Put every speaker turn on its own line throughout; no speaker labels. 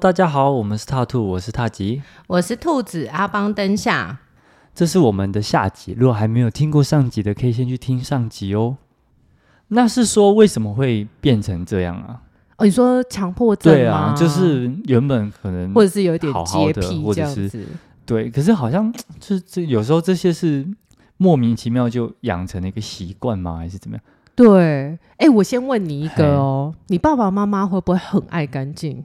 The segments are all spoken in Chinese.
大家好，我们是踏兔，我是踏吉，
我是兔子阿邦灯下。
这是我们的下集。如果还没有听过上集的，可以先去听上集哦。那是说为什么会变成这样啊？
哦，你说强迫症吗？
对啊，就是原本可能
或者是有一点
好好
洁
的
癖
或
这
者
样
是
子。
对，可是好像就是这有时候这些是莫名其妙就养成了一个习惯吗？还是怎么样？
对，哎，我先问你一
嘿
个哦，你爸爸妈妈会不会很爱干净？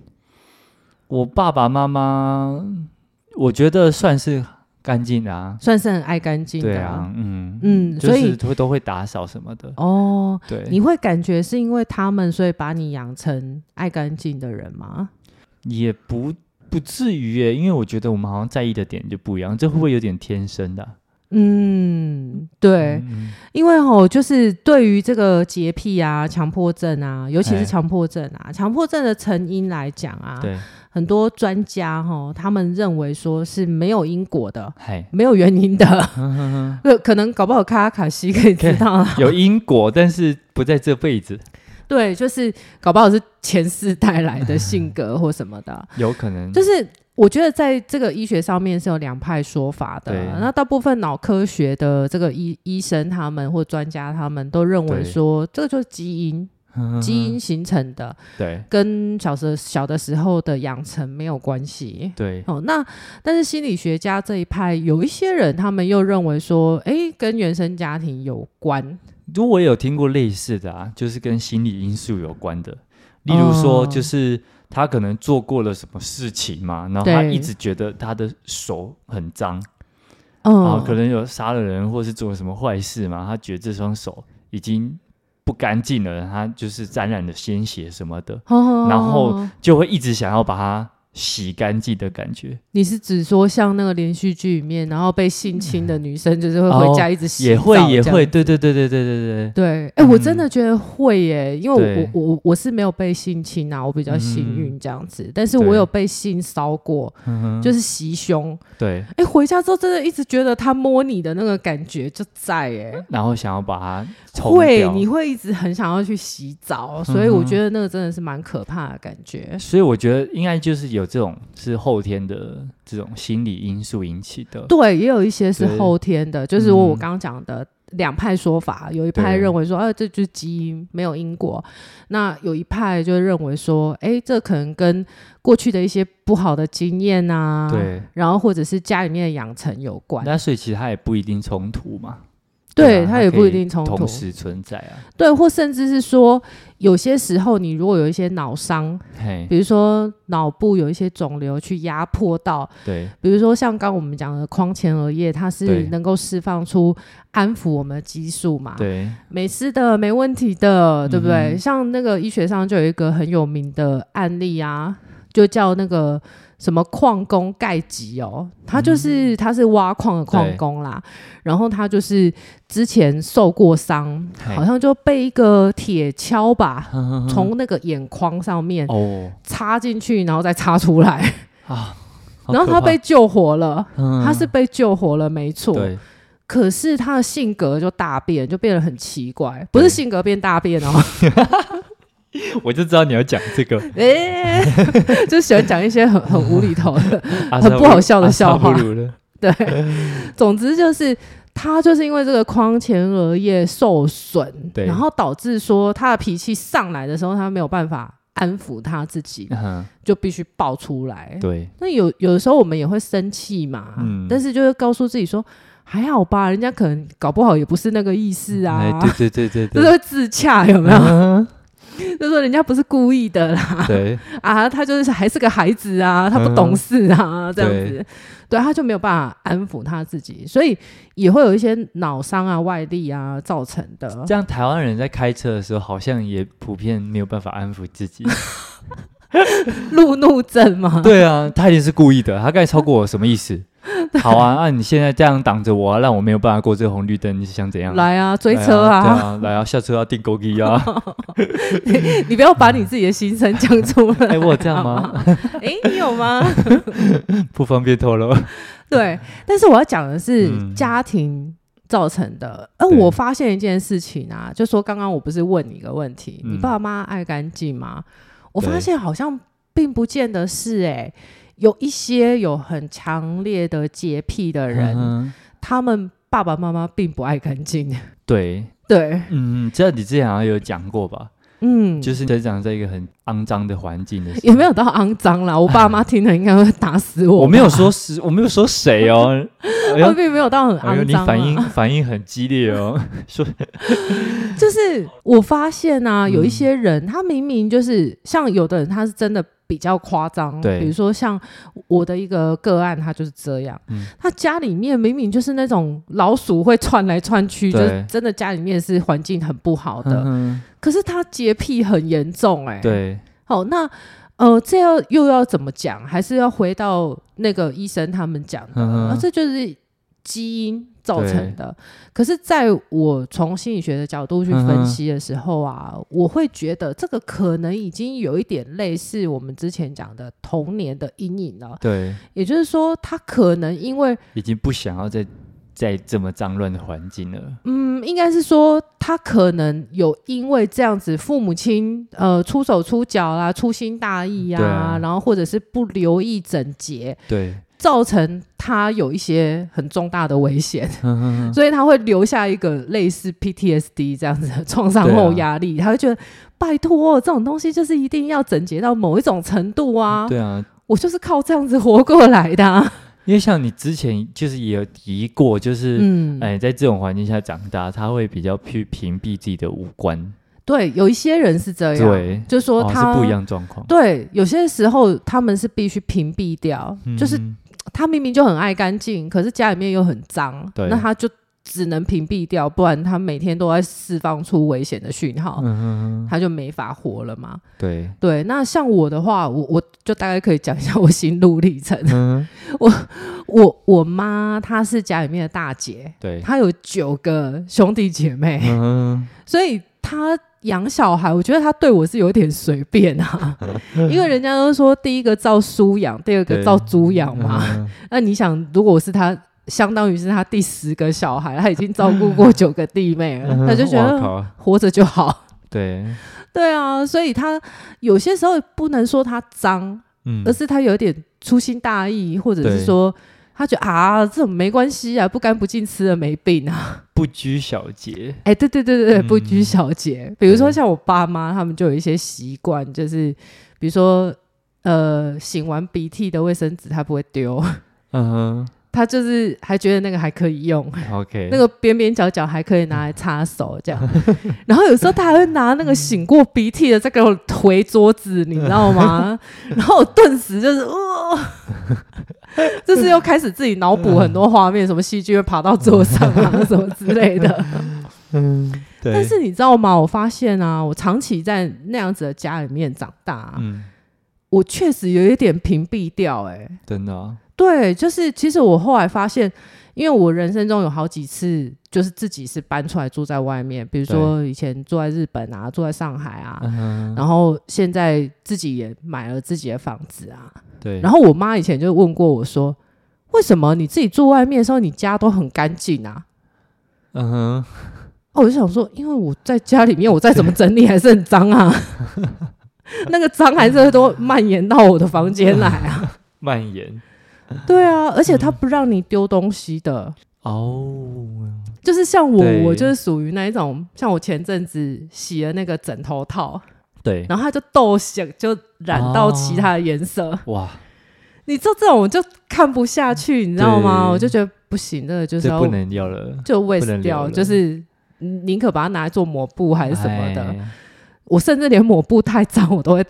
我爸爸妈妈，我觉得算是干净的啊，
算是很爱干净
对
的。
啊，嗯，
嗯，
就
所以
是会都会打扫什么的，
哦，
对，
你会感觉是因为他们，所以把你养成爱干净的人吗？
也不不至于耶，因为我觉得我们好像在意的点就不一样，这会不会有点天生的啊、
嗯，对，
嗯，
因为吼，就是对于这个洁癖啊、强迫症啊，尤其
哎
是强迫症啊，强迫症的成因来讲啊，
对，
很多专家哈，他们认为说是没有因果的，
嗨，
没有原因的， 可可能搞不好卡拉卡西可以知道 啊，
有因果，但是不在这辈子，
对，就是搞不好是前世带来的性格或什么的，
有可能
就是我觉得在这个医学上面是有两派说法的
对
啊。那大部分脑科学的这个医医生他们或专家他们都认为
对
说，这个就是基因基因形成的，
嗯对
跟小时小的时候的养成没有关系。
对
哦，那但是心理学家这一派有一些人，他们又认为说，诶，跟原生家庭有关。
如我也有听过类似的啊，就是跟心理因素有关的，例如说，
哦
就是他可能做过了什么事情嘛，然后他
对
一直觉得他的手很脏，然后
嗯，
哦可能有杀了人或是做了什么坏事嘛，他觉得这双手已经不干净了，他就是沾染了鲜血什么的，
哦
然后就会一直想要把它洗干净的感觉，
你是指说像那个连续剧里面，然后被性侵的女生，就是会
哦
回家一直洗
也会
澡这
也
样
会，对对对对对对对，
对，哎、我真
嗯
的觉得会耶，
对嗯
因为我我我我是没有被性侵啊，我比较幸运这样子，但是
对
我有被性骚过，
嗯哼
就是袭胸。
对，
哎、回家之后真的一直觉得他摸你的那个感觉就在耶，
然后想要把它冲
会
掉嗯
你会一直很想要去洗澡，所以我觉得那个真的是蛮可怕的感 觉。
所以我觉得应该就是有这种是后天的这种心理因素引起的。
对，也有一些是
对
后天的，就是我我
嗯
刚刚讲的。两派说法，有一派
对
认为说，啊，这就是基因没有因果；那有一派就认为说，哎，这可能跟过去的一些不好的经验啊，，
对，
然后或者是家里面的养成有关。
那所以其实它也不一定冲突嘛。
对，
啊
它也
可
不
以
一定冲突
同。时存在啊。
对，或甚至是说，有些时候你如果有一些脑伤，
嘿，
比如说脑部有一些肿瘤去压迫到，
对
比如说像刚我们讲的眶前额叶，它
对
是能够释放出安抚我们的激素嘛？，
对，
没事的，没问题的，对不
嗯
对？
哼
像那个医学上就有一个很有名的案例啊，就叫那个什么矿工盖吉哦，他就是、
嗯
他是挖矿的矿工啦，然后他就是之前受过伤，
嘿
好像就被一个铁锹 吧。
哼哼哼
从那个眼眶上面
哦
插进去，然后再插出来，
啊，好
然后
可
他
怕
被救活了。
嗯
他是被救活了，没错。
对
可是他的性格就大变，就变得很奇怪，不是性格变大 变哦，
我就知道你要讲这 个
哎、就喜欢讲一些很很无厘头 的。
阿
很
萨
不
布
好笑的
阿萨
笑话
布鲁了
对，总之就是他就是因为这个眶前额叶受损，
对
嗯然后导致说他的脾气上来的时候，他没有办法安抚他自己，
嗯，
就必须爆出来。
对
那有有的时候我们也会生气嘛，
嗯
但是就会告诉自己说。还好吧，人家可能搞不好也不是那个意思啊。
哎，对对对对嗯
就
对
是，会自洽，有没有？就说人家不是故意的啦，
对
啊，他就是还是个孩子
嗯
啊，他不懂事啊，这样子，对，他就没有办法安抚他自己，所以也会有一些脑伤啊、外力啊造成的
这。样台湾人在开车的时候，好像也普遍没有办法安抚 自己。
路怒症嘛，
对啊，他一定是故意的。他刚才超过我，什么意 思？好啊，那、你现在这样挡着我、啊，让我没有办法过这个红绿灯，你是想怎样？
来啊，追车
来
啊，
对啊，来啊，下车要定勾机 啊！
你不要把你自己的心声讲出来。
哎，我有这样吗？
哎，你有吗？
不方便透 露。
对，但是我要讲的是
嗯
家庭造成的。而
对
我发现一件事情啊，就说刚刚我不是问你一个问题，
嗯
你爸妈爱干净吗？我
对
发现好像并不见得是哎、有一些有很强烈的洁癖的人，
嗯
他们爸爸妈妈并不爱干净。
对，
对，
嗯，这你之前好像有讲过吧？
嗯，
就是生长在一个很肮脏的环境的时候，
也没有到肮脏啦。我爸妈听了应该会打死我。
我没有，说是，我没有说谁 哦。哎
我
呦，
并没有到很
哎呦，
肮
你
脏啊
反应
啦。
反应很激烈哦。说，
就是我发现啊，
嗯
有一些人他明明就是像有的人，他是真的比较夸张。
对
比如说像我的一个个案，他就是这样。
嗯
他家里面明明就是那种老鼠会窜来窜去，就
对
是真的家里面是环境很不 好的，
嗯
可是他洁癖很严重、哎，
哼，对，
好，那呃，这要又要怎么讲？还是要回到那个医生他们讲的，
嗯哼
啊、这就是基因造成的。可是，在我从心理学的角度去
嗯
分析的时候啊，我会觉得这个可能已经有一点类似我们之前讲的童年的阴影了。
对，
也就是说，他可能因为
已经不想要再在这么脏乱的环境了。
嗯，应该是说他可能有因为这样子，父母亲呃出手出脚啦、粗心大意
对啊
啊然后或者是不留意整洁，
对，
造成他有一些很重大的危险，
嗯哼
所以他会留下一个类似 PTSD 这样子的创伤后压力，他会觉得拜托，这种东西就是一定要整洁到某一种程度啊
哼，对啊，
我就是靠这样子活过来的、啊，
因为像你之前就是也有提过，就是
嗯，
哎，在这种环境下长大，他会比较去屏蔽自己的五官，
对，有一些人是这样，
对，
就啊说
哦
他、
是不一样状况。
对，有些时候他们是必须屏蔽掉，就是
嗯
他明明就很爱干净，可是家里面又很脏，
对
那他就只能屏蔽掉，不然他每天都在释放出危险的讯号，
嗯哼，
他就没法活了嘛。
对，
对，那像我的话，我我就大概可以讲一下我心路历程。
嗯，
我我妈她是家里面的大姐，
对，
她有九个兄弟姐妹，
嗯
所以她养小孩，我觉得她对我是有点随便 啊，因为人家都说第一个照书养，第二个
对
照猪养嘛。
嗯
那你想，如果我是她，相当于是她第十个小孩，她已经照顾过九个弟妹了，她就觉
嗯哇
得
靠
活着就好。
对，
对啊，所以他有些时候不能说他脏，
嗯
而，是他有点粗心大意，或者是
对
说他觉得啊，这种没关系啊，不干不净吃了没病 啊。
不拘小节，
哎，对对对对对，
嗯
不拘小节。比如说
对
像我爸妈，他们就有一些习惯，就是比如说呃，擤完鼻涕的卫生纸他不会丢，
嗯
他就是还觉得那个还可以用。
哼，OK，
那个边边角角还可以拿来擦手这样。然后有时候他还会拿
嗯
那个擤过鼻涕的再给我推桌子，你知道吗？ 然后我顿时就是，哦， 就是又开始自己脑补很多画面，什么细菌会爬到桌上 啊，什么之类的。
嗯，对，
但是你知道吗？我发现啊，我长期在那样子的家里面长大啊、
嗯，
我确实有一点屏蔽掉、欸，
真的啊，
对，就是其实我后来发现，因为我人生中有好几次就是自己是搬出来住在外面，比如说以前住在日本啊，住在上海啊，
嗯哼，
然后现在自己也买了自己的房子啊。
对，
然后我妈以前就问过我说，为什么你自己住外面的时候，你家都很干净啊？
嗯哼，
哦，我就想说，因为我在家里面，我再怎么整理还是很 脏啊，那个脏还是都蔓延到我的房间 来啊。
蔓延嗯
对啊，而且他不让你丢东西的。
哦，
就是像我，
对
我就是属于那一种，像我前阵子洗了那个枕头套，
对，
然后它就豆血就染到其他的颜色，
哇，
你知道这种我就看不下去，你知道吗？
对
我就觉得不行，这个就是
这
要
不能要了，
就
不
waste
能
掉，
留了
就是宁可把它拿来做抹布还是什么的。
哎，
我甚至连抹布太脏我都会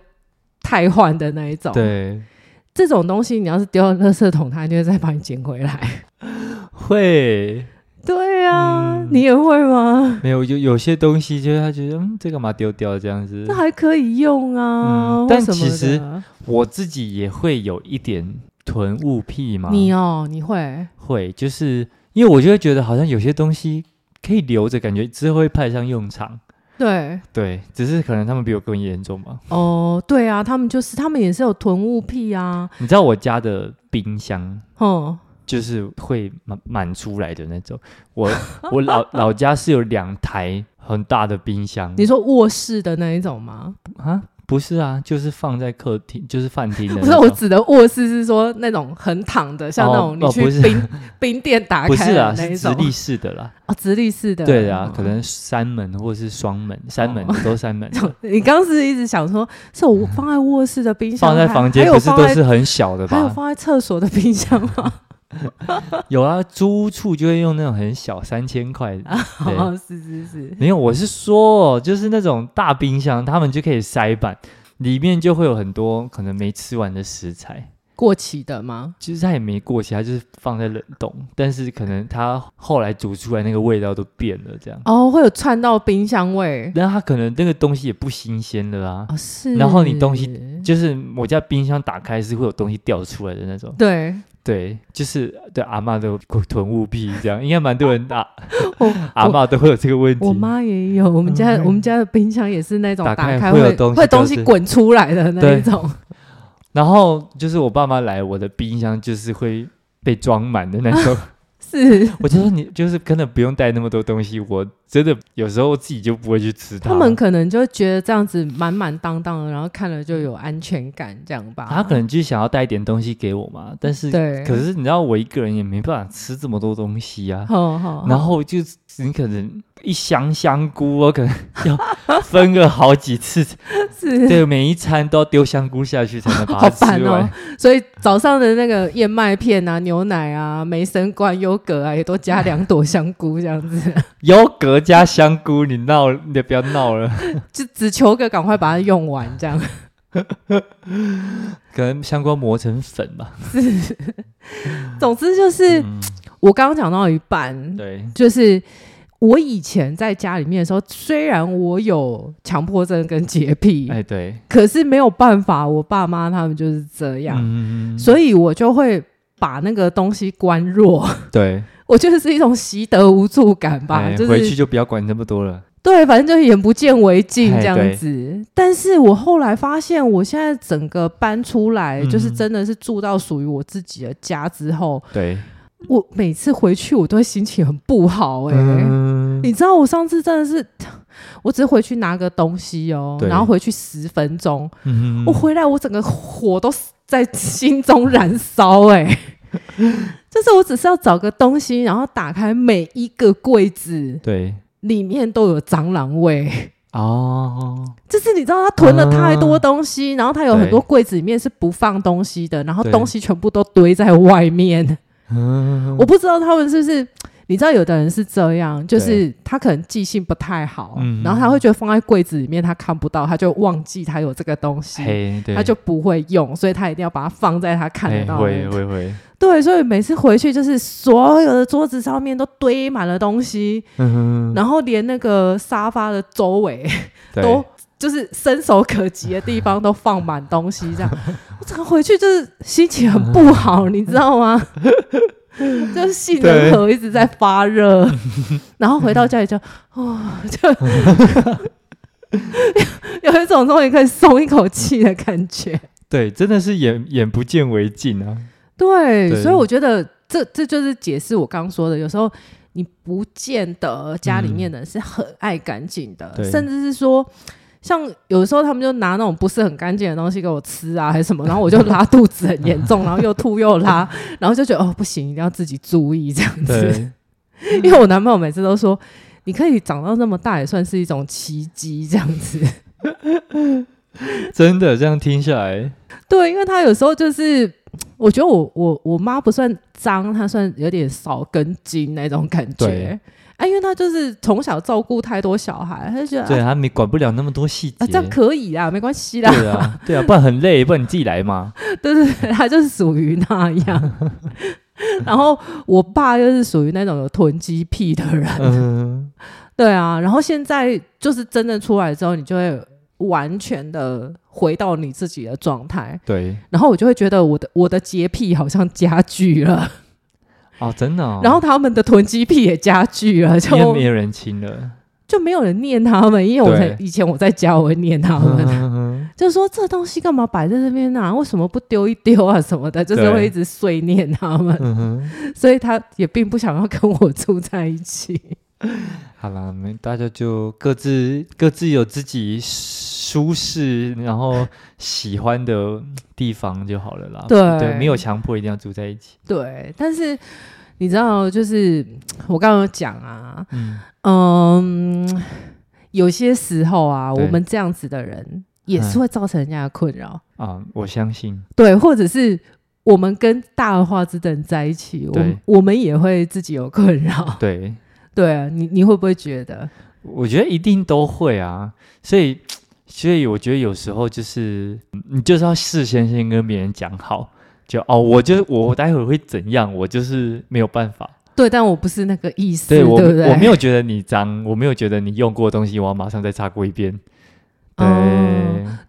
太换的那一种。
对，
这种东西你要是丢到垃圾桶，它就会再帮你捡回来。
会
对啊，
嗯
你也会吗？
没有有有些东西，就是他觉得嗯，这干嘛丢掉这样子
那，还可以用啊，
嗯
或
但
什么
其实
的
我自己也会有一点囤物癖嘛，
你哦，你会
会，就是因为我就会觉得好像有些东西可以留着，感觉之后会派上用场。
对
对，只是可能他们比我更严重嘛。
哦，对啊，他们就是他们也是有囤物癖啊，
你知道我家的冰箱嗯
哦，
就是会满满出来的那种。 我我老老家是有两台很大的冰箱。
你说卧室的那一种吗？
啊？不是啊，就是放在客厅，就是饭厅的
不
那
是
种。
我指的卧室是说那种横躺的，像那
哦
种
哦
你去
不是
冰、 冰店打
不
开
是啊，
的那一
是直
种。
立式的啦。
哦，直立式的。
对哦啊，可
哦
能三门或是双门，三门的都三 门的
你刚刚是一直想说，是我放在卧室的冰箱，
放在
还
房间
还
不
有
是
放
都
在
是很小的
还有
吧？
放在厕所的冰箱吗？
有啊，租屋处就会用那种很小三千 块的。 对，
哦，是是是，
没有，我是说，就是那种大冰箱，他们就可以塞满，里面就会有很多可能没吃完的食材。
过期的吗？
其实它也没过期，它就是放在冷冻，但是可能它后来煮出来那个味道都变了，这样。
哦，会有窜到冰箱味
但它可能那个东西也不新鲜了啊，
哦，是。
然后你东西就是我家冰箱打开是会有东西掉出来的那种。
对，
对，就是对阿嬷的囤物癖这样，应该蛮多人打
我
阿嬷都会有这个问题。
我妈也有，我们家我们家的冰箱也是那种
嗯打开
开
会有
会
东西
会东
就
西
是
滚出来的那
对
一种。
然后就是我爸妈来，我的冰箱就是会被装满的那种。
是
我就说你就是根本不用带那么多东西，我真的有时候自己就不会去吃它。
他们可能就觉得这样子满满当当的，然后看了就有安全感，这样吧。
他啊可能就想要带一点东西给我嘛，但是
对，
可是你知道我一个人也没办法吃这么多东西啊。
好好，
然后就是你可能一箱香菇，我可能要分个好几 次，
是
对，每一餐都要丢香菇下去才能把它
好烦
吃
哦
完。
所以早上的那个燕麦片啊、牛奶啊、梅森罐、优格啊，也都加两朵香菇这样子，
优格加香菇，你闹你也不要闹了，
就只求个赶快把它用完这样。
可能香菇要磨成粉吧。
总之就是、
嗯，
我刚刚讲到一半，
对，
就是。我以前在家里面的时候，虽然我有强迫症跟洁癖，
哎对，
可是没有办法，我爸妈他们就是这样，
嗯，
所以我就会把那个东西关弱。
对，
我觉得是一种习得无助感吧，
哎
就
回去
是
就不要管那么多了。
对，反正就是眼不见为净
哎
这样子。但是我后来发现，我现在整个搬出来，
嗯
就是真的是住到属于我自己的家之后，
对，
我每次回去我都会心情很不好哎、
嗯，
你知道我上次真的是，我只是回去拿个东西哦，
对
然后回去十分钟，
嗯
我回来，我整个火都在心中燃烧、哎， 就是我只是要找个东西，然后打开每一个柜子，
对，
里面都有蟑螂味。
哦，
就是你知道，他囤了
啊
太多东西，然后他有很多柜子里面是不放东西的，然后
对
东西全部都堆在外面。
嗯，
我不知道他们是不是，你知道，有的人是这样，就是他可能记性不太好，
嗯
然后他会觉得放在柜子里面他看不到，他就忘记他有这个东西。
嘿，对，
他就不会用，所以他一定要把它放在他看得
哎
到的位
会
置。
会会，
对，所以每次回去就是所有的桌子上面都堆满了东西，
嗯，
然后连那个沙发的周围
对
都就是伸手可及的地方都放满东西，这样 我整个回去就是心情很不好，你知道吗？就是杏仁核一直在发热，然后回到家里就哦，就 有一种终于可以松一口气的感觉。
对，真的是眼眼不见为净 啊。
对，
对
所以我觉得这这就是解释我刚说的，有时候你不见得家里面的人是很爱干净的，
嗯对
甚至是说。像有时候他们就拿那种不是很干净的东西给我吃啊，还是什么，然后我就拉肚子很严重，然后又吐又拉， 然后就觉得哦不行，一定要自己注意这样子。
对，
因为我男朋友每次都说，你可以长到那么大也算是一种奇迹这样子。
真的这样听下来，
对，因为他有时候就是，我觉得我我我妈不算脏，她算有点少根筋那种感觉
对。
啊，因为她就是从小照顾太多小孩，她就觉
对
得啊
他没管不了那么多细节
啊，这样可以啦，没关系啦，
对啊，对啊，不然很累，不然你自己来嘛。
对对对，她就是属于那样。 然后我爸又是属于那种有囤积癖的人，
嗯，
对啊。然后现在就是真正出来之后，你就会完全的回到你自己的状态，
对，
然后我就会觉得我的我的洁癖好像加剧了。
哦，真的、哦。
然后他们的囤积癖也加剧了，
因为
就
没有人亲了，
就没有人念他们，因为我在
对
以前我在家我会念他们，
嗯
就说这东西干嘛摆在这边啊？为什么不丢一丢啊什么的，就是
对
会一直碎念他们，
嗯哼，
所以他也并不想要跟我住在一起。
好啦，没大家就各自各自有自己舒适，然后喜欢的地方就好了啦。
对
对，没有强迫一定要住在一起。
对，但是你知道，就是我刚刚有讲啊，
嗯，
嗯，有些时候啊，
对
我们这样子的人也是会造成人家的困扰，
啊，我相信，
对，或者是我们跟大而化之的人在一起，我们
对
我们也会自己有困扰，
对，
对啊，你你会不会觉得？
我觉得一定都会啊，所以所以我觉得有时候就是嗯你就是要事先先跟别人讲好，就
嗯
哦，我就我待会儿会怎样，我就是没有办法，
对，但我不是那个意思，
对我
不对？
我没有觉得你脏，我没有觉得你用过的东西，我要马上再擦过一遍，对、
哦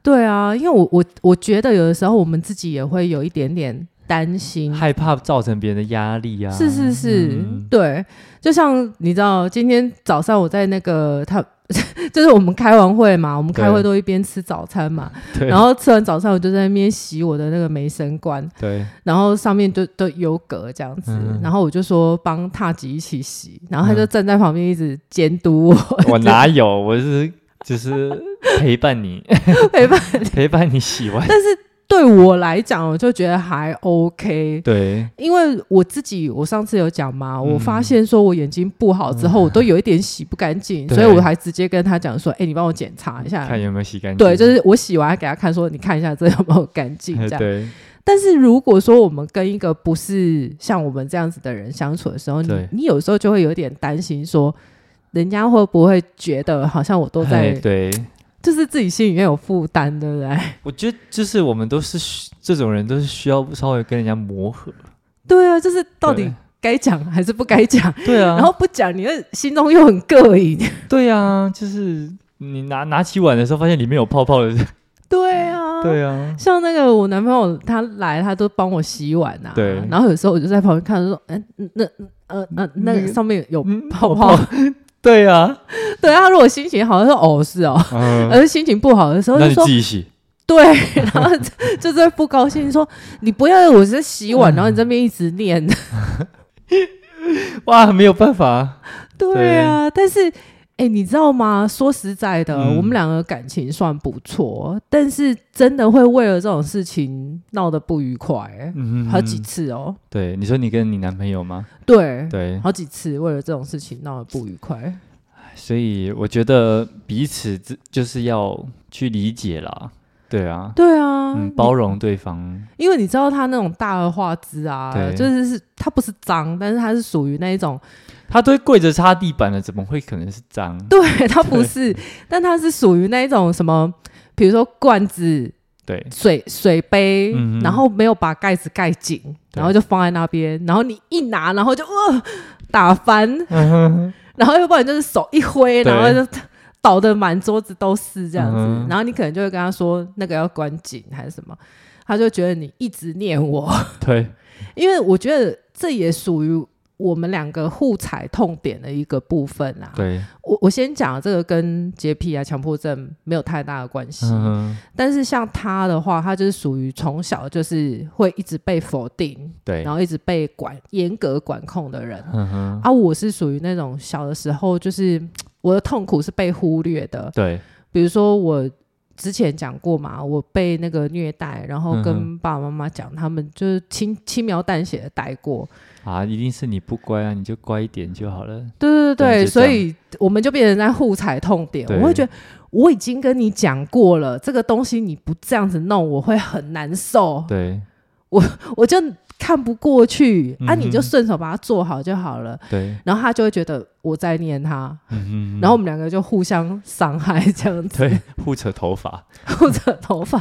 对啊，因为我我我觉得有的时候我们自己也会有一点点担心，
害怕造成别人的压力啊，
是是是，
嗯
对，就像你知道，今天早上我在那个他。 就是我们开完会嘛，我们开会
对
都一边吃早餐嘛，
对，
然后吃完早餐我就在那边洗我的那个梅生罐，
对
然后上面就都有格这样子，
嗯
然后我就说帮踏吉一起洗，然后他就
嗯
站在旁边一直监督我，
我哪有，我是就是陪伴你
陪伴。
陪伴你洗完，
但是对我来讲，我就觉得还 OK，
对
因为我自己，我上次有讲嘛，我
嗯
发现说我眼睛不好之后，我都有一点洗不干净，
对
所以我还直接跟他讲说：“哎、你帮我检查一下。
看有没有洗干”净，
啊对，就是我洗完还给他看说：“你看一下这有没有干净。”这样。
哎对。
但是如果说我们跟一个不是像我们这样子的人相处的时候，你
对
你有时候就会有点担心说。人家会不会觉得好像我都在
嘿，对，
就是自己心里面有负担，对不 对？
我觉得就是我们都是需这种人，都是需要稍微跟人家磨合。
对啊，就是到底该讲还是不 该讲，
对对啊，
然后不讲，你的心中又很 膈应。
对啊，就是你拿拿起碗的时候，发现里面有泡泡 的，
对啊，
对啊，
像那个我男朋友他来，他都帮我洗碗啊。
对
然后有时候我就在旁边看，就说：“嗯、那呃呃，那个上面有
嗯
泡泡。
对啊，
对他如果心情好，他说：“哦，是哦。”
嗯，
而心情不好的时候
那
就
你
说
自己洗，
对，然后就 就是会不高兴，说你不要我在洗
嗯
碗，然后你这边一直 念，
哇，没有办法，
对啊，但是哎、你知道吗？说实在的，
嗯
我们两个感情算不错，但是真的会为了这种事情闹得不愉快、欸
嗯，
好几次哦、
对，你说你跟你男朋友吗？
对，
对，嗯
好几次为了这种事情闹得不愉快。
所以我觉得彼此之就是要去理解啦，对啊，
对啊，
嗯，
你
包容对方，
因为你知道他那种大而化之啊，
对
就是是它不是脏，但是它是属于那一种，
他都会跪着擦地板了，怎么会可能是脏？
对，它不是，但它是属于那一种什么，比如说罐子，
对
水水杯，
嗯哼
然后没有把盖子盖紧，然后就放在那边，然后你一拿，然后就呃打翻，然后要不然就是手一挥，
嗯对
然后就倒的满桌子都是这样子，
嗯哼
然后你可能就会跟他说那个要关紧还是什么，他就觉得你一直念我，
对，
因为我觉得这也属于。我们两个互踩痛点的一个部分啊，
对，
我我先讲这个跟洁癖啊、强迫症没有太大的关系，
嗯，
但是像他的话，他就是属于从小就是会一直被否定，
对
然，后一直被管严格管控的人。
嗯哼，
啊，我是属于那种小的时候，就是我的痛苦是被忽略的。
对，
比如说我之前讲过嘛，我被那个虐待，然后
嗯
跟
哼
爸爸妈妈讲，他们就是轻轻描淡写的带过。
啊，一定是你不乖啊，你就乖一点就好了。
对对对
对就
所
这样
以我们就变成在互踩痛点。
对
我会觉得我已经跟你讲过了，这个东西你不这样子弄，我会很难受。
对
我就看不过去，啊，
嗯哼
你就顺手把它做好就好了。
对，
然后他就会觉得我在念他，
嗯哼
然后我们两个就互相伤害这样 子，
对互扯头发，
或者头发。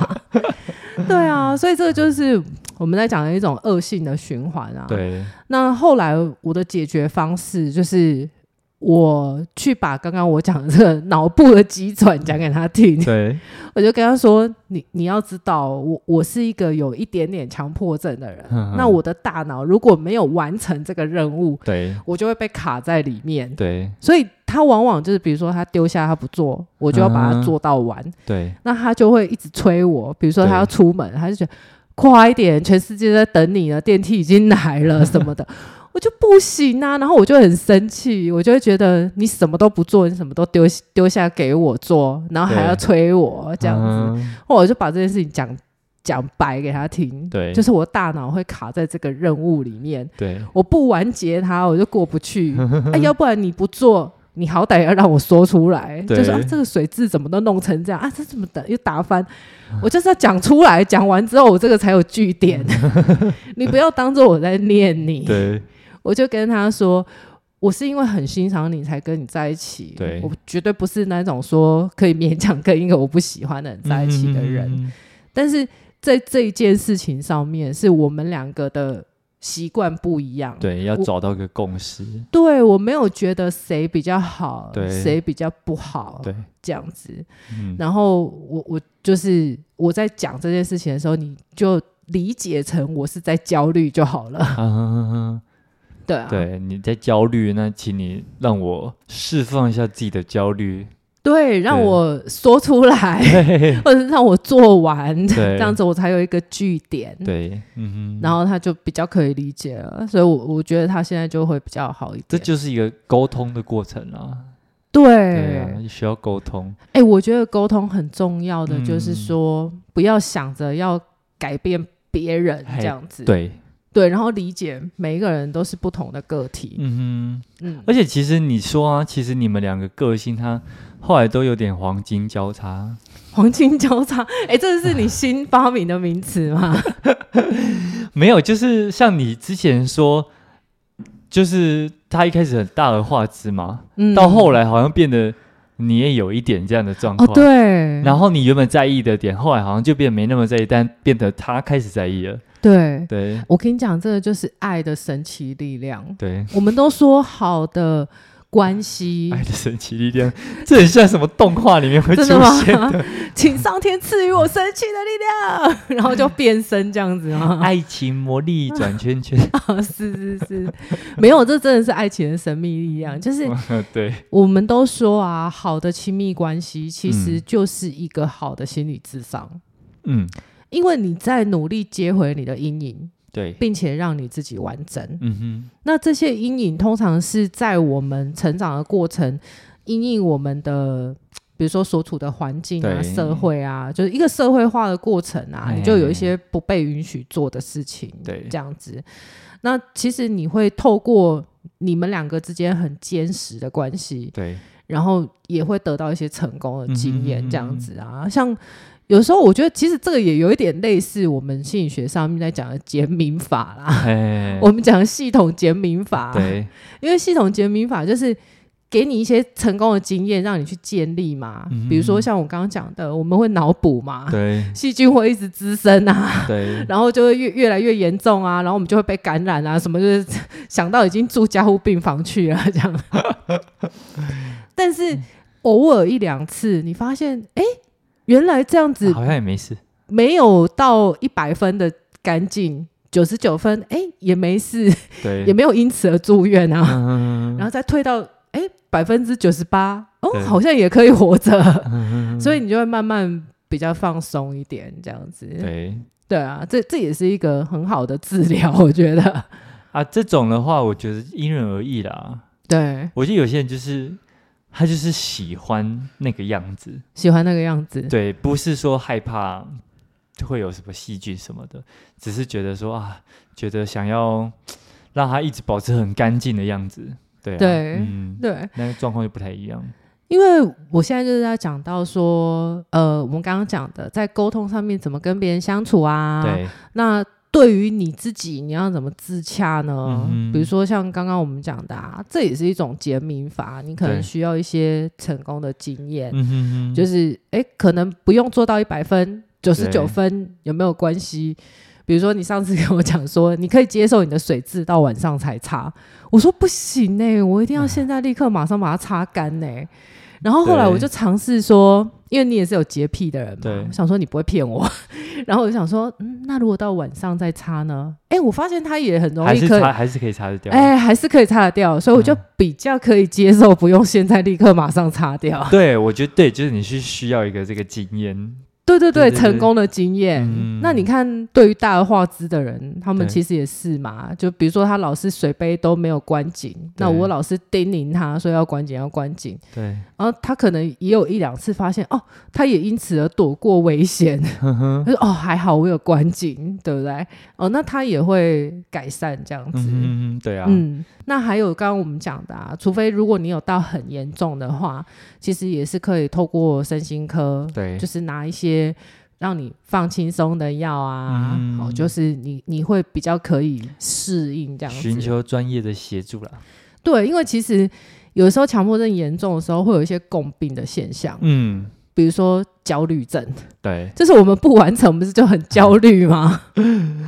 对啊，所以这个就是我们在讲的一种恶性的循环啊。，
对
那后来我的解决方式就是。我去把刚刚我讲的这个脑部的急转讲给他听，
对，
我就跟他说：“你你要知道，我我是一个有一点点强迫症的人，
嗯
那我的大脑如果没有完成这个任务，
对
我就会被卡在里面。
对
所以他往往就是，比如说他丢下他不做，我就要把它
嗯
做到完，
对
那他就会一直催我。比如说他
对
要出门，他就觉得快一点，全世界在等你了，电梯已经来了 什么的，我就不行啊，然后我就很生气，我就会觉得你什么都不做，你什么都丢丢下给我做，然后还要
对
催我 这样子，
嗯
后来我就把这件事情讲讲白给他听，
对
就是我大脑会卡在这个任务里面，
对
我不完结它，我就过不去。 啊，要不然你不做，你好歹要让我说出来，
对
就是、啊、这个水质怎么都弄成这样啊，这怎么的又打翻？我就是要讲出来，讲完之后我这个才有 据点。你不要当做我在念你，
对
我就跟他说。我是因为很欣赏你才跟你在一起，
对
我绝对不是那种说可以勉强跟一个我不喜欢的人 在一起的人。
嗯
但是在这一件事情上面，是我们两个的习惯不一样。
对，要
我
找到一个共识，
对我没有觉得谁比较好，
对
谁比较不好，
对，
这样子。
嗯，
然后我我就是我在讲这件事情的时候，你就理解成我是在焦虑就好了。
啊，
对啊，
对，你在焦虑，那请你让我释放一下自己的焦虑，
对让
对
我说出来，
对
或者是让我做完，
对
这样子我才有一个据点。
对，嗯哼，
然后他就比较可以理解了，所以我我觉得他现在就会比较好一点。
这就是一个沟通的过程啊，对
对，
啊，需要沟通，
哎、我觉得沟通很重要的就是
嗯
说，不要想着要改变别人
嘿
这样子，
对，
对然后理解每一个人都是不同的个体，
嗯哼，
嗯，
而且其实你说啊，其实你们两个个性，他后来都有点黄金交叉，
黄金交叉，哎、这是你新发明的名词吗？
没有，就是像你之前说，就是他一开始很大而化之嘛，
嗯，
到后来好像变得你也有一点这样的状
哦，
况。
对，
然后你原本在意的点，后来好像就变得没那么在意，但变得他开始在意了。
对，
对
我跟你讲，这个就是爱的神奇力量。
对，
我们都说好的关系
爱，的神奇力量，这很像什么动画里面会出
真的吗
现？
请上天赐予我神奇的力量， 然后就变身这样子吗？
爱情魔力转圈圈。
是 是是，没有，这真的是爱情的神秘力量。就是
嗯对
我们都说啊，好的亲密关系其实就是一个好的心理智商，
嗯，
因为你在努力接回你的阴影，
对，
并且让你自己完整。
嗯
那这些阴影通常是在我们成长的过程，因应我们的。比如说所处的环境啊、
对
社会啊，就是一个社会化的过程啊，你就有一些不被允许做的事情。
哼，对，
这样子。那其实你会透过你们两个之间很坚实的关系，
对，
然后也会得到一些成功的
嗯
经
哼嗯
验，
哼
这样子啊。像有时候我觉得，其实这个也有一点类似我们心理学上面在讲的减敏法啦。
哎，
我们讲的系统减敏法，啊
对，
因为系统减敏法就是给你一些成功的经验，让你去建立嘛。
嗯哼
比如说像我刚刚讲的，我们会脑补嘛，
对，
细菌会一直滋生啊，
对，
然后就会越越来越严重啊，然后我们就会被感染啊，什么就是 想到已经住加护病房去了这样。 但
嗯
是偶尔一两次，你发现哎，诶原来这样子
好像也没事。
没有到一百分的干净，九十九分，哎也没事，
对，
也没有因此而住院啊，
嗯
然后再退到哎百分之九十八，
对
哦好像也可以活着，
嗯
所以你就会慢慢比较放松一点这样子。
嗯 对
对啊，这这也是一个很好的治疗， 我觉得。
啊，这种的话，我觉得因人而异啦。
对，
我觉得有些人就是他就是喜欢那个样子，
喜欢那个样子。
对，不是说害怕会有什么细菌什么的，只是觉得说啊，觉得想要让他一直保持很干净的样子，对、啊，
对
嗯，
对，
那个状况就不太一样，
因为我现在就是在讲到说，呃，我们刚刚讲的，在沟通上面怎么跟别人相处啊？。
对，
那对于你自己，你要怎么自洽呢？
嗯哼
比如说像刚刚我们讲的、啊，这也是一种减敏法，你可能
对
需要一些成功的经验，
嗯哼哼，
就是是哎，可能不用做到一百分，九十
对
九分有没有关系？比如说你上次跟我讲说，你可以接受你的水质到晚上才擦，我说不行呢、欸我一定要现在立刻马上把它擦干呢、欸然后后来
对
我就尝试说，因为你也是有洁癖的人嘛
对，
我想说你不会骗我， 然后我就想说，嗯，那如果到晚上再擦呢？哎，我发现它也很容
还
易
是
可以
擦，还是可以擦得掉，
哎，还是可以擦得掉，所以我就
嗯
比较可以接受不用现在立刻马上擦掉。
对，我觉得对，就是你是需要一个这个经验，
对对
对对
对，
对
成功的经验。
嗯
那你看，对于大而化之的人，他们
对
其实也是嘛。就比如说，他老是水杯都没有关紧，那我老是叮咛他说要关紧，要关紧。
对，
然后他可能也有一两次发现，哦，他也因此而躲过危 险。他说：“哦，还好我有关紧，对不对？哦，那他也会改善这样子。
嗯嗯，对啊，
嗯，那还有刚刚我们讲的啊，除非如果你有到很严重的话，其实也是可以透过身心科，
对
就是拿一些让你放轻松的药啊，
嗯
哦，就是你你会比较可以适应这样
寻
子。
求专业的协助啦。
对，因为其实有时候强迫症严重的时候，会有一些共病的现象，
嗯，
比如说焦虑症，
对，
就是我们不完成，不是就很焦虑吗？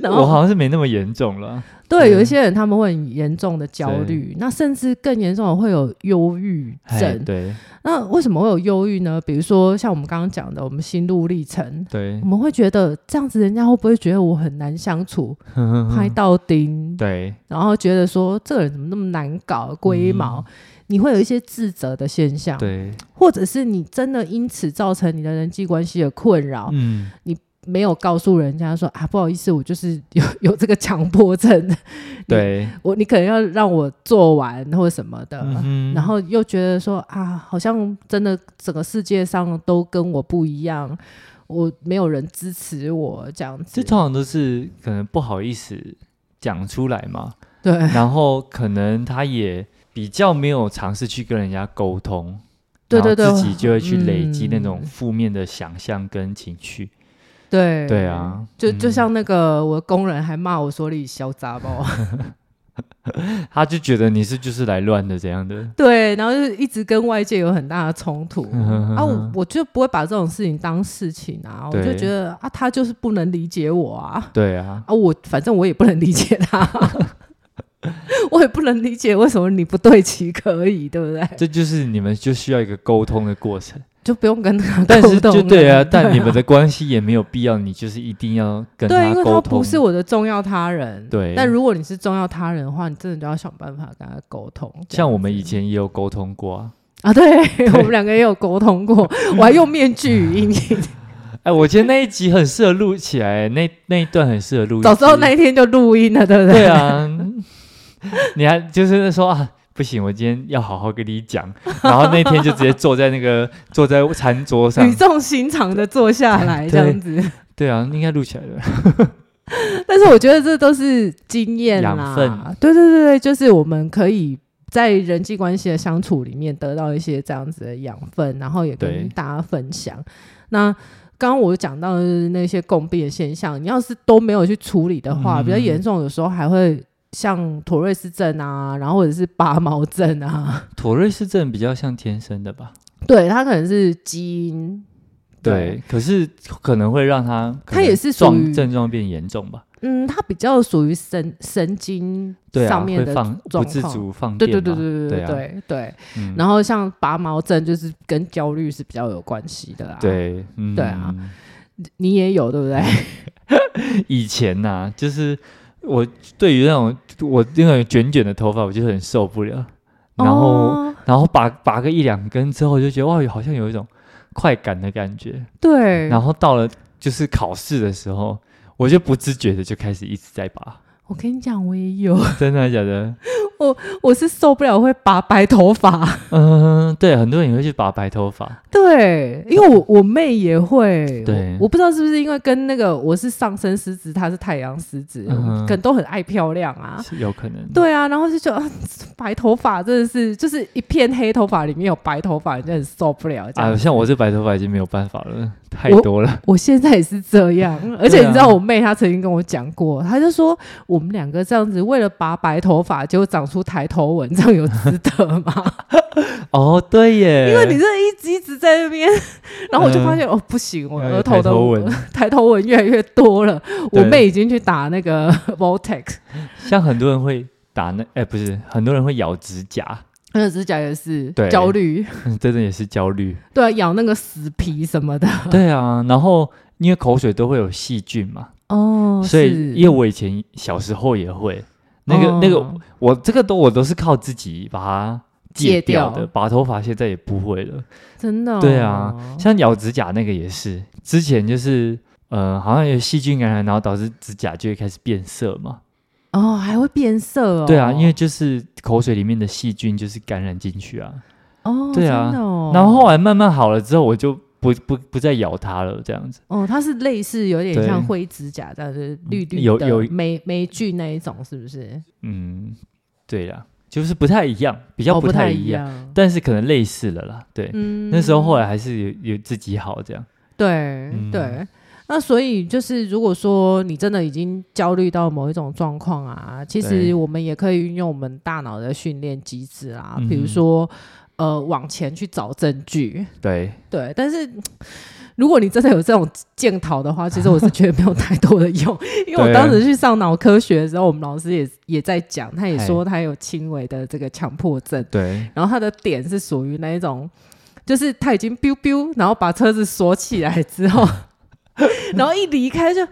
然后
我好像是没那么严重了。
对，
嗯
有一些人他们会很严重的焦虑，那甚至更严重的会有忧郁
哎
症。
对
那为什么会有忧郁呢？比如说像我们刚刚讲的，我们心路历程，
对
我，们会觉得这样子，人家会不会觉得我很难相处，
嗯
拍到钉，
对
然后觉得说这个人怎么那么难搞，龟毛，你会有一些自责的现象，
嗯对，
或者是你真的因此造成你的人际关系的困扰，
嗯，
没有告诉人家说啊，不好意思，我就是 有有这个强迫症，
对，
我你可能要让我做完或者什么的，
嗯哼
呃然后又觉得说啊，好像真的整个世界上都跟我不一样，我没有人支持我这样
这
子，
通常都是可能不好意思讲出来嘛，
对
然后可能他也比较没有尝试去跟人家沟通，
对对
然后
对
自己就会去累积那种
嗯
负面的想象跟情绪。
对
对，啊，
就就
嗯
像那个我工人还骂我说你小杂包，
嗯他就觉得你是就是来乱的这样的，
对，然后就一直跟外界有很大的冲突
嗯
啊，我我就不会把这种事情当事情啊，我就
对
觉得啊，他就是不能理解我啊，
对啊，
啊，我反正我也不能理解他， 我也不能理解为什么你不对其可以，对不对？
这就是你们就需要一个沟通的过 程。
就不用跟他
但
沟
是
通
就
了
对啊，但 你们的关系也没有必要，你就是一定要跟
对，因为
沟
他
通
不。是我的重要他人。
对
但如果你是重要他人的话，你真的就要想办法跟他沟通。这样
像我们以前也有沟通过啊。
啊，对我们两个也有沟 通过，我还用面具语音。
哎，我觉得那一集很适合录起来，那那一段很适合录一集。
早知道那一天就录音了，对不对？
对啊， 你还就是说啊，不行，我今天要好好跟你讲。然后那天就直接坐在那个 坐在餐桌上
语。重心长的坐下来这样子，
啊对啊，应该录起来了。
但是我觉得这都是经验啦
养分。
对对对对，就是我们可以在人际关系的相处里面得到一些这样子的养分，然后也跟
对
大家分享。那刚刚我讲到的那些共病的现象，你要是都没有去处理的话，
嗯
比较严重，有时候还会像妥瑞氏症啊，然后或者是拔毛症啊，
妥瑞氏症比较像天生的吧？
对，它可能是基因。
对，可是可能会让他可
它也
能
是属于
状症状变严重吧？
嗯，它比较属于神神经
对啊，
上面
会
的
放不
状
自
况
主放
对
电
对
嘛。
对对对
对啊
对对，
嗯
然后像拔毛症就是跟焦虑是比较有关系的啦。，
对，嗯
对啊，你也有对不对？
以前呐、就是我对于那种我那种卷卷的头发，我就很受不了。 然后，
哦、
然后拔拔个一两根之后，我就觉得哇，好像有一种快感的感觉。
对，
然后到了就是考试的时候，我就不自觉的就开始一直在拔，
我跟你讲，我也有，
真的假的？
我是受不了会拔白头发。
嗯，对，很多人也会去拔白头发，
对，因为我我妹也会，
对
我，我不知道是不是因为跟那个我是上升狮子，她是太阳狮子，
嗯哼
可能都很爱漂亮啊。
是有可能。
对啊，然后就觉得、啊、白头发真的是，就是一片黑头发里面有白头发，真的很受不了这样
啊，
子。
像我这白头发已经没有办法了，太
我
多了。
我现在也是这样，
啊
而且你知道我妹她曾经跟我讲过，她就说我们两个这样子为了拔白头发，结果长出抬头纹，这样有值得吗？
哦，对耶，
因为你这一直一直在那边，然后我就
嗯
发现、哦不行，我
要有
额头
抬
的
头纹
抬头纹越来越多了，我
对
妹已经去打那个 Voltex，
像很多人会打那，哎、不是，很多人会咬指甲，
那个指甲也是
对
焦虑，
嗯真的也是焦 虑。
对啊，咬那个死皮什么的，
对啊，然后因为口水都会有细菌嘛，
哦，
所以
是
因为我以前小时候也会，那个、
哦
那个，我这个都我都是靠自己把它戒
戒
掉
掉哦
的，拔头发现在也不会了。
真的、
对啊，像咬指甲那个也是，之前就是呃，好像有细菌感染，然后导致指甲就会开始变色嘛。
哦，还会变色哦。
对啊，因为就是口水里面的细菌就是感染进去啊。
哦，
对啊
真的哦、
然后后来慢慢好了之后，我就不不不再咬它了，这样子。
哦，它是类似有点
对
像灰指甲这样，就是绿绿的
有有
霉霉菌那一种，是不是？
嗯，对啦，就是不太一样，比
比
较
哦不
太
一
样，
样。
但是可能类似了啦。对，
嗯
那时候后来还是有有自己好这样。
对、
嗯
对。那所以就是，如果说你真的已经焦虑到某一种状况啊，其
对
实我们也可以运用我们大脑的训练机制啊，比
嗯哼
如说呃往前去找证据，
对，
对，但是如果你真的有这种检讨的话，其实我是觉得没有太多的用，因为我
对啊
当时去上脑科学的时候，我们老师也也在讲，他也说他有轻微的这个强迫症，
对，
然后他的点是属于那一种，就是他已经 biu biu，然后把车子锁起来之后，然后一离开就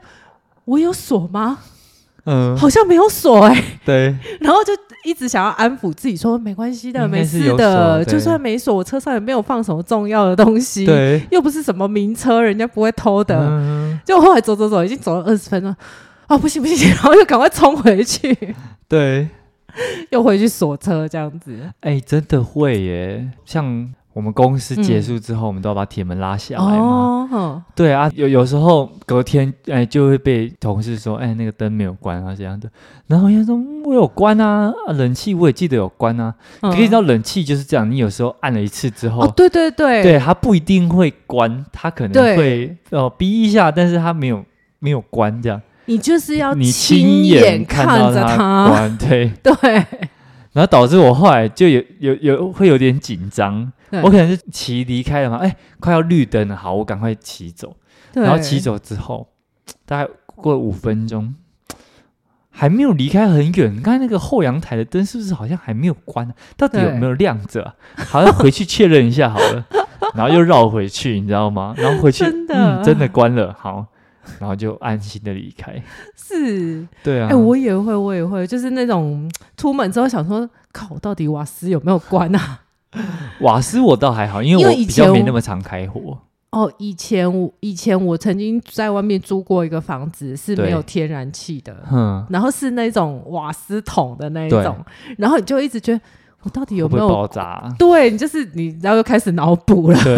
我有锁吗？
嗯，
好像没有锁哎、
对，
然后就一直想要安抚自己说没关系的，
应该
没
是
事
有
的，
锁对
就算没锁，我车上也没有放什么重要的东西。
对
又不是什么名车，人家不会偷的。
嗯
就后来走走走，已经走了二十分钟，哦，不行不行，然 后就赶快冲回去，
对，
又回去锁车这样子。
哎，真的会耶，像。我们公司
嗯
结束之后，我们都要把铁门拉下来嘛。
哦哼
对啊，有有时候隔天哎就会被同事说，哎那个灯没有关啊这样的。然后人家说、嗯我有关啊，啊冷气我也记得有关啊。
嗯
可以知道冷气就是这样，你有时候按了一次之后，
哦，对对对
对它不一定会关，它可能
对
会哦逼一下，但是它没有没有关这样。
你就是要
你
亲
眼
看
到
着
它
它，
关，对，
对
然后导致我后来就有有有会有点紧张，
对
我可能是骑离开了嘛，哎，快要绿灯了，好，我赶快骑走。
对，
然后骑走之后，大概过了五分钟，还没有离开很远。刚才那个后阳台的灯是不是好像还没有关、啊？到底有
对
没有亮着、啊？好像回去确认一下好 了。然后又绕回去，你知道吗？然后回去，
真的
嗯，真的关了，好，然后就安心的离开。
是。
对啊，
哎、我也会，我也会，就是那种出门之后想说，靠，到底瓦斯有没有关啊？
瓦斯我倒还好，因为
因
我
为以
比较
前
没
我
那么常开火。
哦，以前我以前我曾经在外面租过一个房子，是
对
没有天然气的，
哼，
然后是那种瓦斯桶的那一
对
种，然后你就一直觉得我到底有
会
没
不会
有？
爆炸啊？
对你就是你，然后又开始脑补了，
对，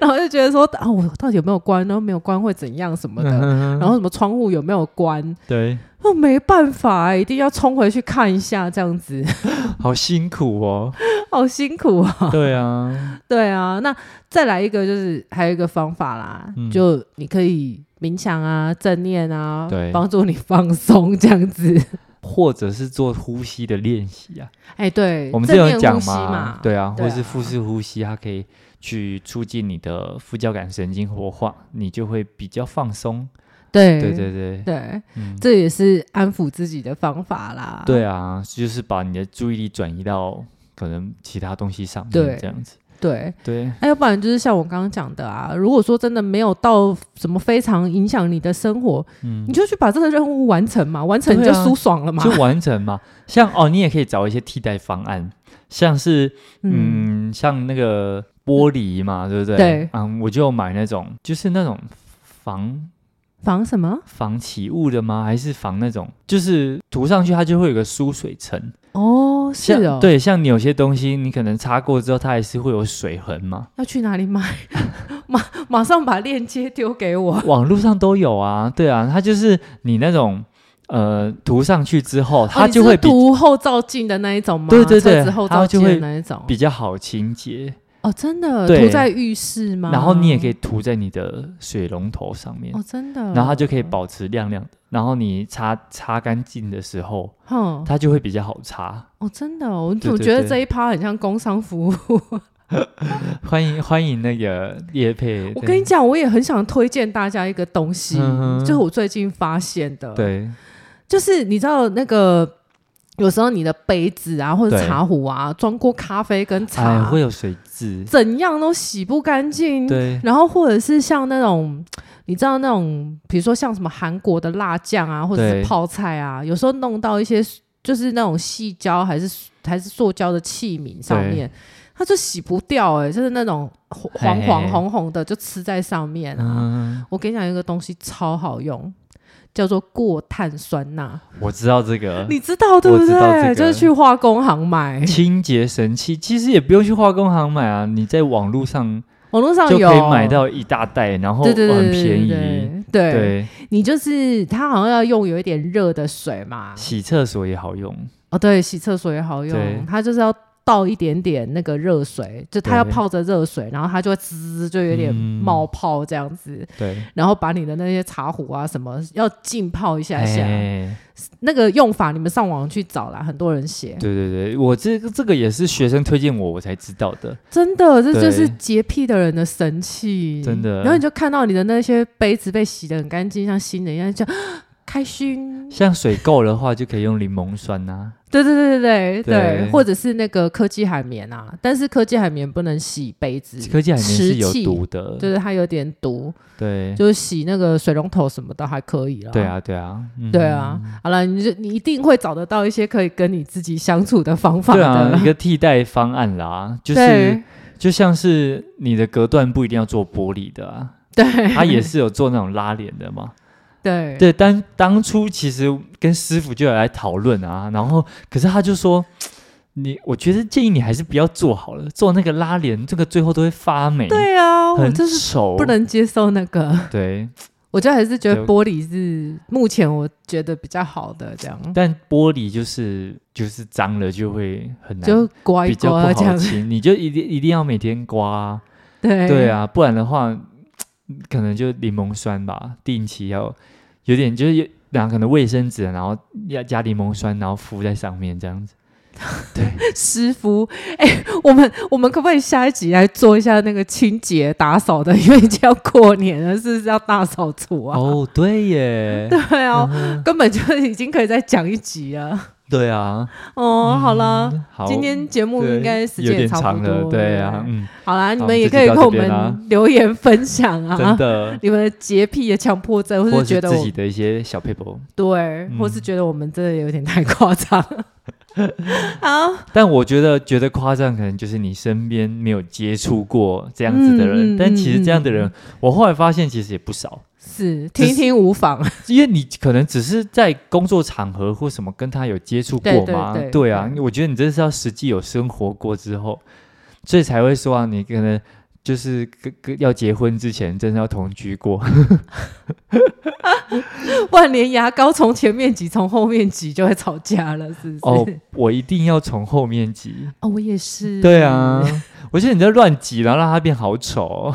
然后就觉得说啊，我到底有没有关？然后没有关会怎样什么的？
然
然后什么窗户有没有关？
嗯对，
那没办法、一定要冲回去看一下，这样子
好辛苦哦。
好辛苦啊！
对啊，
对啊，那再来一个就是还有一个方法啦，
嗯
就你可以冥想啊、正念啊
对，
帮助你放松这样子。
或者是做呼吸的练习啊。
哎，对，
我们之
正
前有
念呼
讲
吸
嘛
嘛，，
对啊，
对
或是
啊
腹式呼吸，它可以去促进你的副交感神经活化，你就会比较放松。
对
对对对，
对，
嗯，
这也是安抚自己的方法啦。
对啊，就是把你的注意力转移到可能其他东西上面，
对
这样子。
对，
对，
那要不然就是像我刚刚讲的啊，如果说真的没有到什么非常影响你的生活，
嗯
你，就去把这个任务完成嘛，完成你
对
就
啊
舒爽了嘛。
就完整嘛。像哦，你也可以找一些替代方案，像是嗯，像那个玻璃嘛，对不对？
对，
嗯，我就买那种，就是那种防
防什么？
防起雾的吗？还是防那种，就是涂上去它就会有个疏水层。
哦，是
像
哦，，
对，像你有些东西，你可能擦过之后，它还是会有水痕 嘛。
要去哪里买？马马上把链接丢给我。
网络上都有啊，对啊，它就是你那种呃涂上去之后，它
哦你
就会
是
比、
读后照镜的那一种吗？
对对对
车子后
它
照
就
镜的
会
那一种。
比较好清洁。
哦，真的，
对
涂在浴室吗？
然后你也可以涂在你的水龙头上面，
哦，真的，
然后它就可以保持亮亮的。然后你擦擦干净的时
哦
候，
哼，
它就会比较好擦。
哦，真的哦，我
对
总
对
觉得
对
这一趴很像工商服务。
欢迎欢迎那个叶佩，
我跟你讲，我也很想推荐大家一个东西，
嗯哼
就是我最近发现的，，
对
就是你知道那个。有时候你的杯子啊，或者
对
茶壶啊，装过咖啡跟
对，哎
茶，
会有水渍，
怎样都洗不干净。
对
然后或者是像那种，你知道那种，比如说像什么韩国的辣酱啊，或者
对
是泡菜啊，有时候弄到一些就是那种细胶还是还是塑胶的器皿上面，它就洗不掉哎、就是那种黄黄
嘿
黄红红的就吃在上面啊。
嗯，
我跟你讲，有一个东西超好用，叫做过碳酸钠，
我知道这个
你知道对
嗯
不
我知
对？
道这个
就是去化工行买，
清洁神器，其实也不用去化工行买啊，你在网络上
网络上
就
哦有
可以买。到一大袋，然后
对对对，
很
对
便
对
宜。
对
对，
你就是它好像要用有一点热的水嘛，
洗厕所也好用，
哦，对，洗厕所也好
对
用，它就是要倒一点点那个热水，就它要
对
泡着热水，然后它就会滋，就有点
嗯
冒泡这样子，
对，
然后把你的那些茶壶啊什么要浸泡一下下。
哎，
那个用法你们上网去找啦，很多人写，
对对对，我这个这个也是学生推荐我，我才知道的。
真的这
对
就是洁癖的人的神器，
真的
然后你就看到你的那些杯子被洗得很干净，像新的一样，就 开心。
像水垢的话，就可以用柠檬酸啊呐、
对对对对对
对
对，或者是那个科技海绵啊，但是科技海绵不能洗杯子，
科技海绵是有
湿气
毒的，
就是它有点毒，
对
就是洗那个水龙头什么的还可以啦。
对，啊对啊，嗯
对啊，好了，你就你一定会找得到一些可以跟你自己相处的方法
对
的。
啊，一个替代方案啦，就是
对
就像是你的隔断不一定要做玻璃的 啊，
对
它也是有做那种拉帘的嘛。
对
对，啊但当初其实跟师傅就有来讨论啊，然后可是他就说，你我觉得建议你还是不要做好了，做那个拉帘，这个最后都会发霉，
对啊，我
很
就是
丑，
不能接受那个，
对。
我就还是觉得
就
玻璃是目前我觉得比较好的这样。
但玻璃就是就是脏了就会很难，
就刮一
比较
刮
不
这
好
样，
清，你就一定一定要每天刮啊、
对
对，啊，不然的话，可能就柠檬酸吧，定期要有点就是有，然后可能卫生纸，啊然后要加柠檬酸，然后敷在上面这样子。
师傅，哎、我们我们可不可以下一集来做一下那个清洁打扫的？因为已经要过年了，是不是要大扫除啊？
哦，对 耶，
对啊，
嗯
根本就已经可以再讲一集了。
对啊，
哦，好啦，
嗯，好，
今天节目
对
应该时
有
间也
点
差
长
不多哎
了，对啊，嗯，
好啦，你
好
们也
这集
可
到
以跟
这
我
边啦
们留言分享
真
啊，
的，
你们的洁癖的强迫症，或
或
是觉得
自
我
己的一些小 paper，
对，
嗯
或是觉得我们真的有点太夸张。 好，
但我觉得觉得夸张，可能就是你身边没有接触过这样子的人，
嗯嗯
但其实这样的人，
嗯
我后来发现其实也不少，
是
只
听
是
一听无妨。
因为你可能只是在工作场合或什么跟他有接触过嘛，
对对对
啊，
对
我觉得你这是要实际有生活过之后，所以才会说啊，你可能就是跟跟要结婚之前，真的要同居过，
万年牙膏从前面挤，从后面挤就会吵架了，是不是？
哦，我一定要从后面挤。
哦我也是。
对啊，我觉得你在乱挤，然后让它变好丑 哦、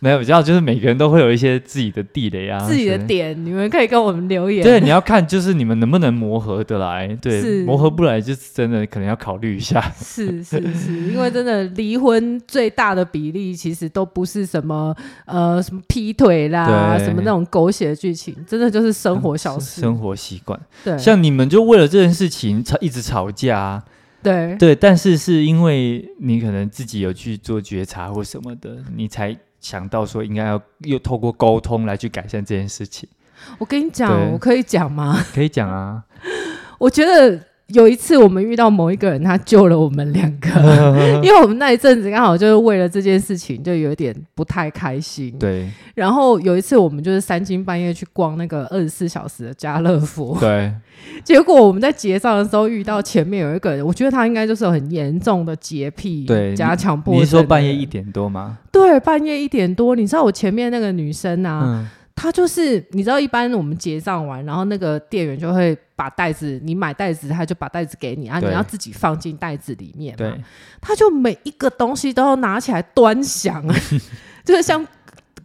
没有，你知道，就是每个人都会有一些自己的地雷啊，
自己的
所以。
点，你们可以跟我们留言。
对，你要看就是你们能不能磨合得来，对，
是
磨合不来就是真的可能要考虑一下。
是是是，因为真的离婚最大的比例其实都不是什么呃什么劈腿啦，
对
什么那种狗血的剧情，真的就是生活小事。
生活习惯，
对，嗯
像你们就为了这件事情吵一直吵架啊，
对
对，但是是因为你可能自己有去做觉察或什么的，你才想到说应该要又透过沟通来去改善这件事 情，
我跟你讲，
对
我可以讲吗？
可以讲啊，
嗯我觉得有一次我们遇到某一个人，他救了我们两个， 因为我们那一阵子刚好就是为了这件事情就有点不太开心。
对
然后有一次我们就是三更半夜去逛那个二十四小时的家乐福，
对，
结果我们在结账的时候遇到前面有一个人，我觉得他应该就是有很严重的洁癖
对
加强迫
你
症。
是说半夜一？点多吗？
对，半夜一点多，你知道我前面那个女生啊，
嗯，
他就是你知道，一般我们结账完，然后那个店员就会把袋子，你买袋子，他就把袋子给你啊，你
对
要自己放进袋子里面。
对，，
他就每一个东西都要拿起来端详，啊 就是像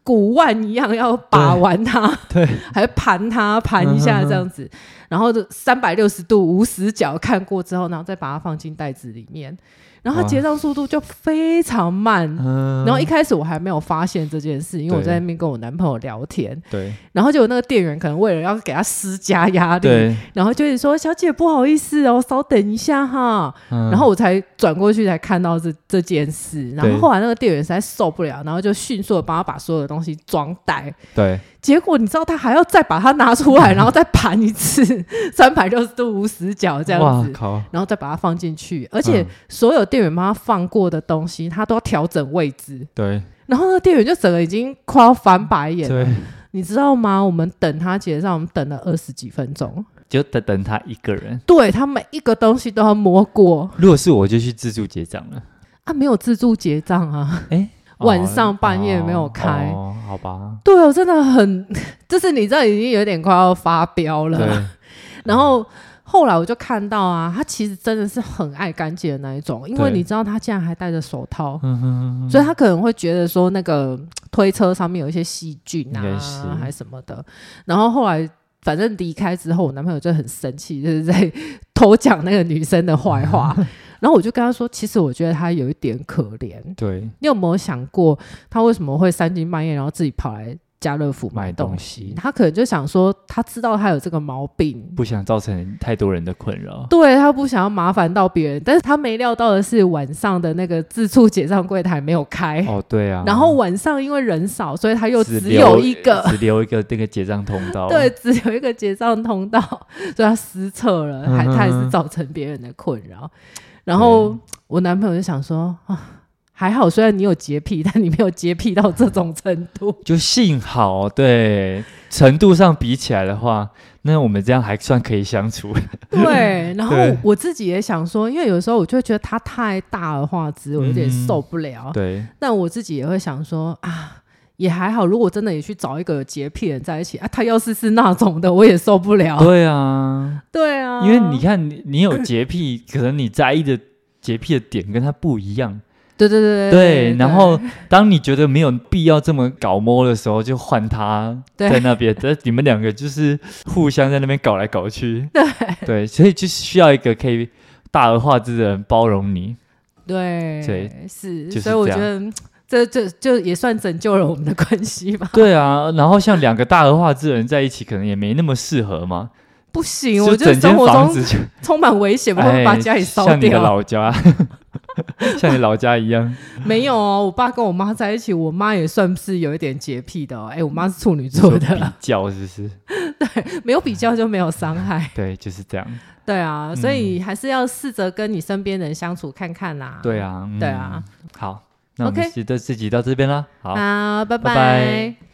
古玩一样要把玩它，
对， 嗯
还盘它盘一下这样子，然后就三百六十度无死角看过之后，然后再把它放进袋子里面，然后他
哇
结账速度就非常慢。
嗯，
然后一开始我还没有发现这件事，因为我
对
在那边跟我男朋友聊天，
对
然后结果那个店员可能为了要给他施加压力，
对，
然后就一直说：“小姐，不好意思哦，稍等一下哈。
然
然后我才转过去才看到这这件事。然后后来那个店员实在受不了，然后就迅速的帮他把所有的东西装袋。
对
结果你知道他还要再把它拿出 来，然后再盘一次， 三百六十度无死角这样
哇
子，
靠，
然后再把它放进去。而且
嗯
所有店员帮他放过的东西，他都要调整位置。
对
然后那个店员就整个已经快要翻白眼了，
对，
你知道吗？我们等他结账，我们等了二十几分钟。
就等等他一个人。
对他每一个东西都要摸过
如果是我就去自助结账了，
啊，没有自助结账啊。
哎
晚上半夜没有开
哦哦好吧？
对啊我真的很， 就是你知道已经有点快要发飙了。
对，
然后后来我就看到啊，他其实真的是很爱干净的那一种，因
对
为你知道他竟然还戴着手套，
嗯哼
所以他可能会觉得说那个嗯推车上面有一些细菌
应
啊
该是，
还什么的。然后后来反正离开之后，我男朋友就很生气，就是在偷讲那个女生的坏 话。然后我就跟他说，其实我觉得他有一点可怜。
对，
你有没有想过，他为什么会三更半夜然后自己跑来家乐福
买
买
东
东
西
西？他可能就想说，他知道他有这个毛病，
不想造成太多人的困扰。
对他不想要麻烦到别人，但是他没料到的是晚上的那个自助结账柜台没有开，
哦，对啊。
然后晚上因为人少，所以他又只
留
有一个，
只留一个那个结账通道。
对，，只有一个结账通道，所以他失策了，还他还
嗯
是
哼
造成别人的困扰。然后
对
我男朋友就想说啊。还好，虽然你有洁癖，但你没有洁癖到这种程度。
就幸好对程度上比起来的话，那我们这样还算可以相 处。
对，然后
对
我自己也想说，因为有时候我就会觉得他太大而化之，我有点
嗯
受不了。
对，
但我自己也会想说啊，也还好。如果真的也去找一个有洁癖的人在一起啊，他要是是那种的，我也受不了。
对啊，
对啊，
因为你看，你你有洁癖，可能你在意的洁癖的点跟他不一样。
对对对
对，然后当你觉得没有必要这么搞摸的时候，就换他
对
在那边，但你们两个就是互相在那边搞来搞 去。对对，所以就是需要一个可以大而化之的人包容你。
对
对
是，
就是
所以我
这
觉
样
得嗯这这就也算拯救了我们的关系吧。
对啊，然后像两个大而化之的人在一起，可能也没那么适合 嘛。
不行，
就
我觉得
整间
生活
房
中
子就
充满危险，我
哎，
会把家里烧
像你的
掉。
老家， 像你老家一样。
没有哦，我爸跟我妈在一起，我妈也算是有一点洁癖的、哦。哎，我妈是处女座
就比
的，
较是不是？
没有比较就没有伤害。
对，就是这样。
对啊，所以还是要试着跟你身边人相处看看啦。
对，啊，嗯
对啊。
好，那我们
OK
这这集到这边啦。好，
好，拜
拜拜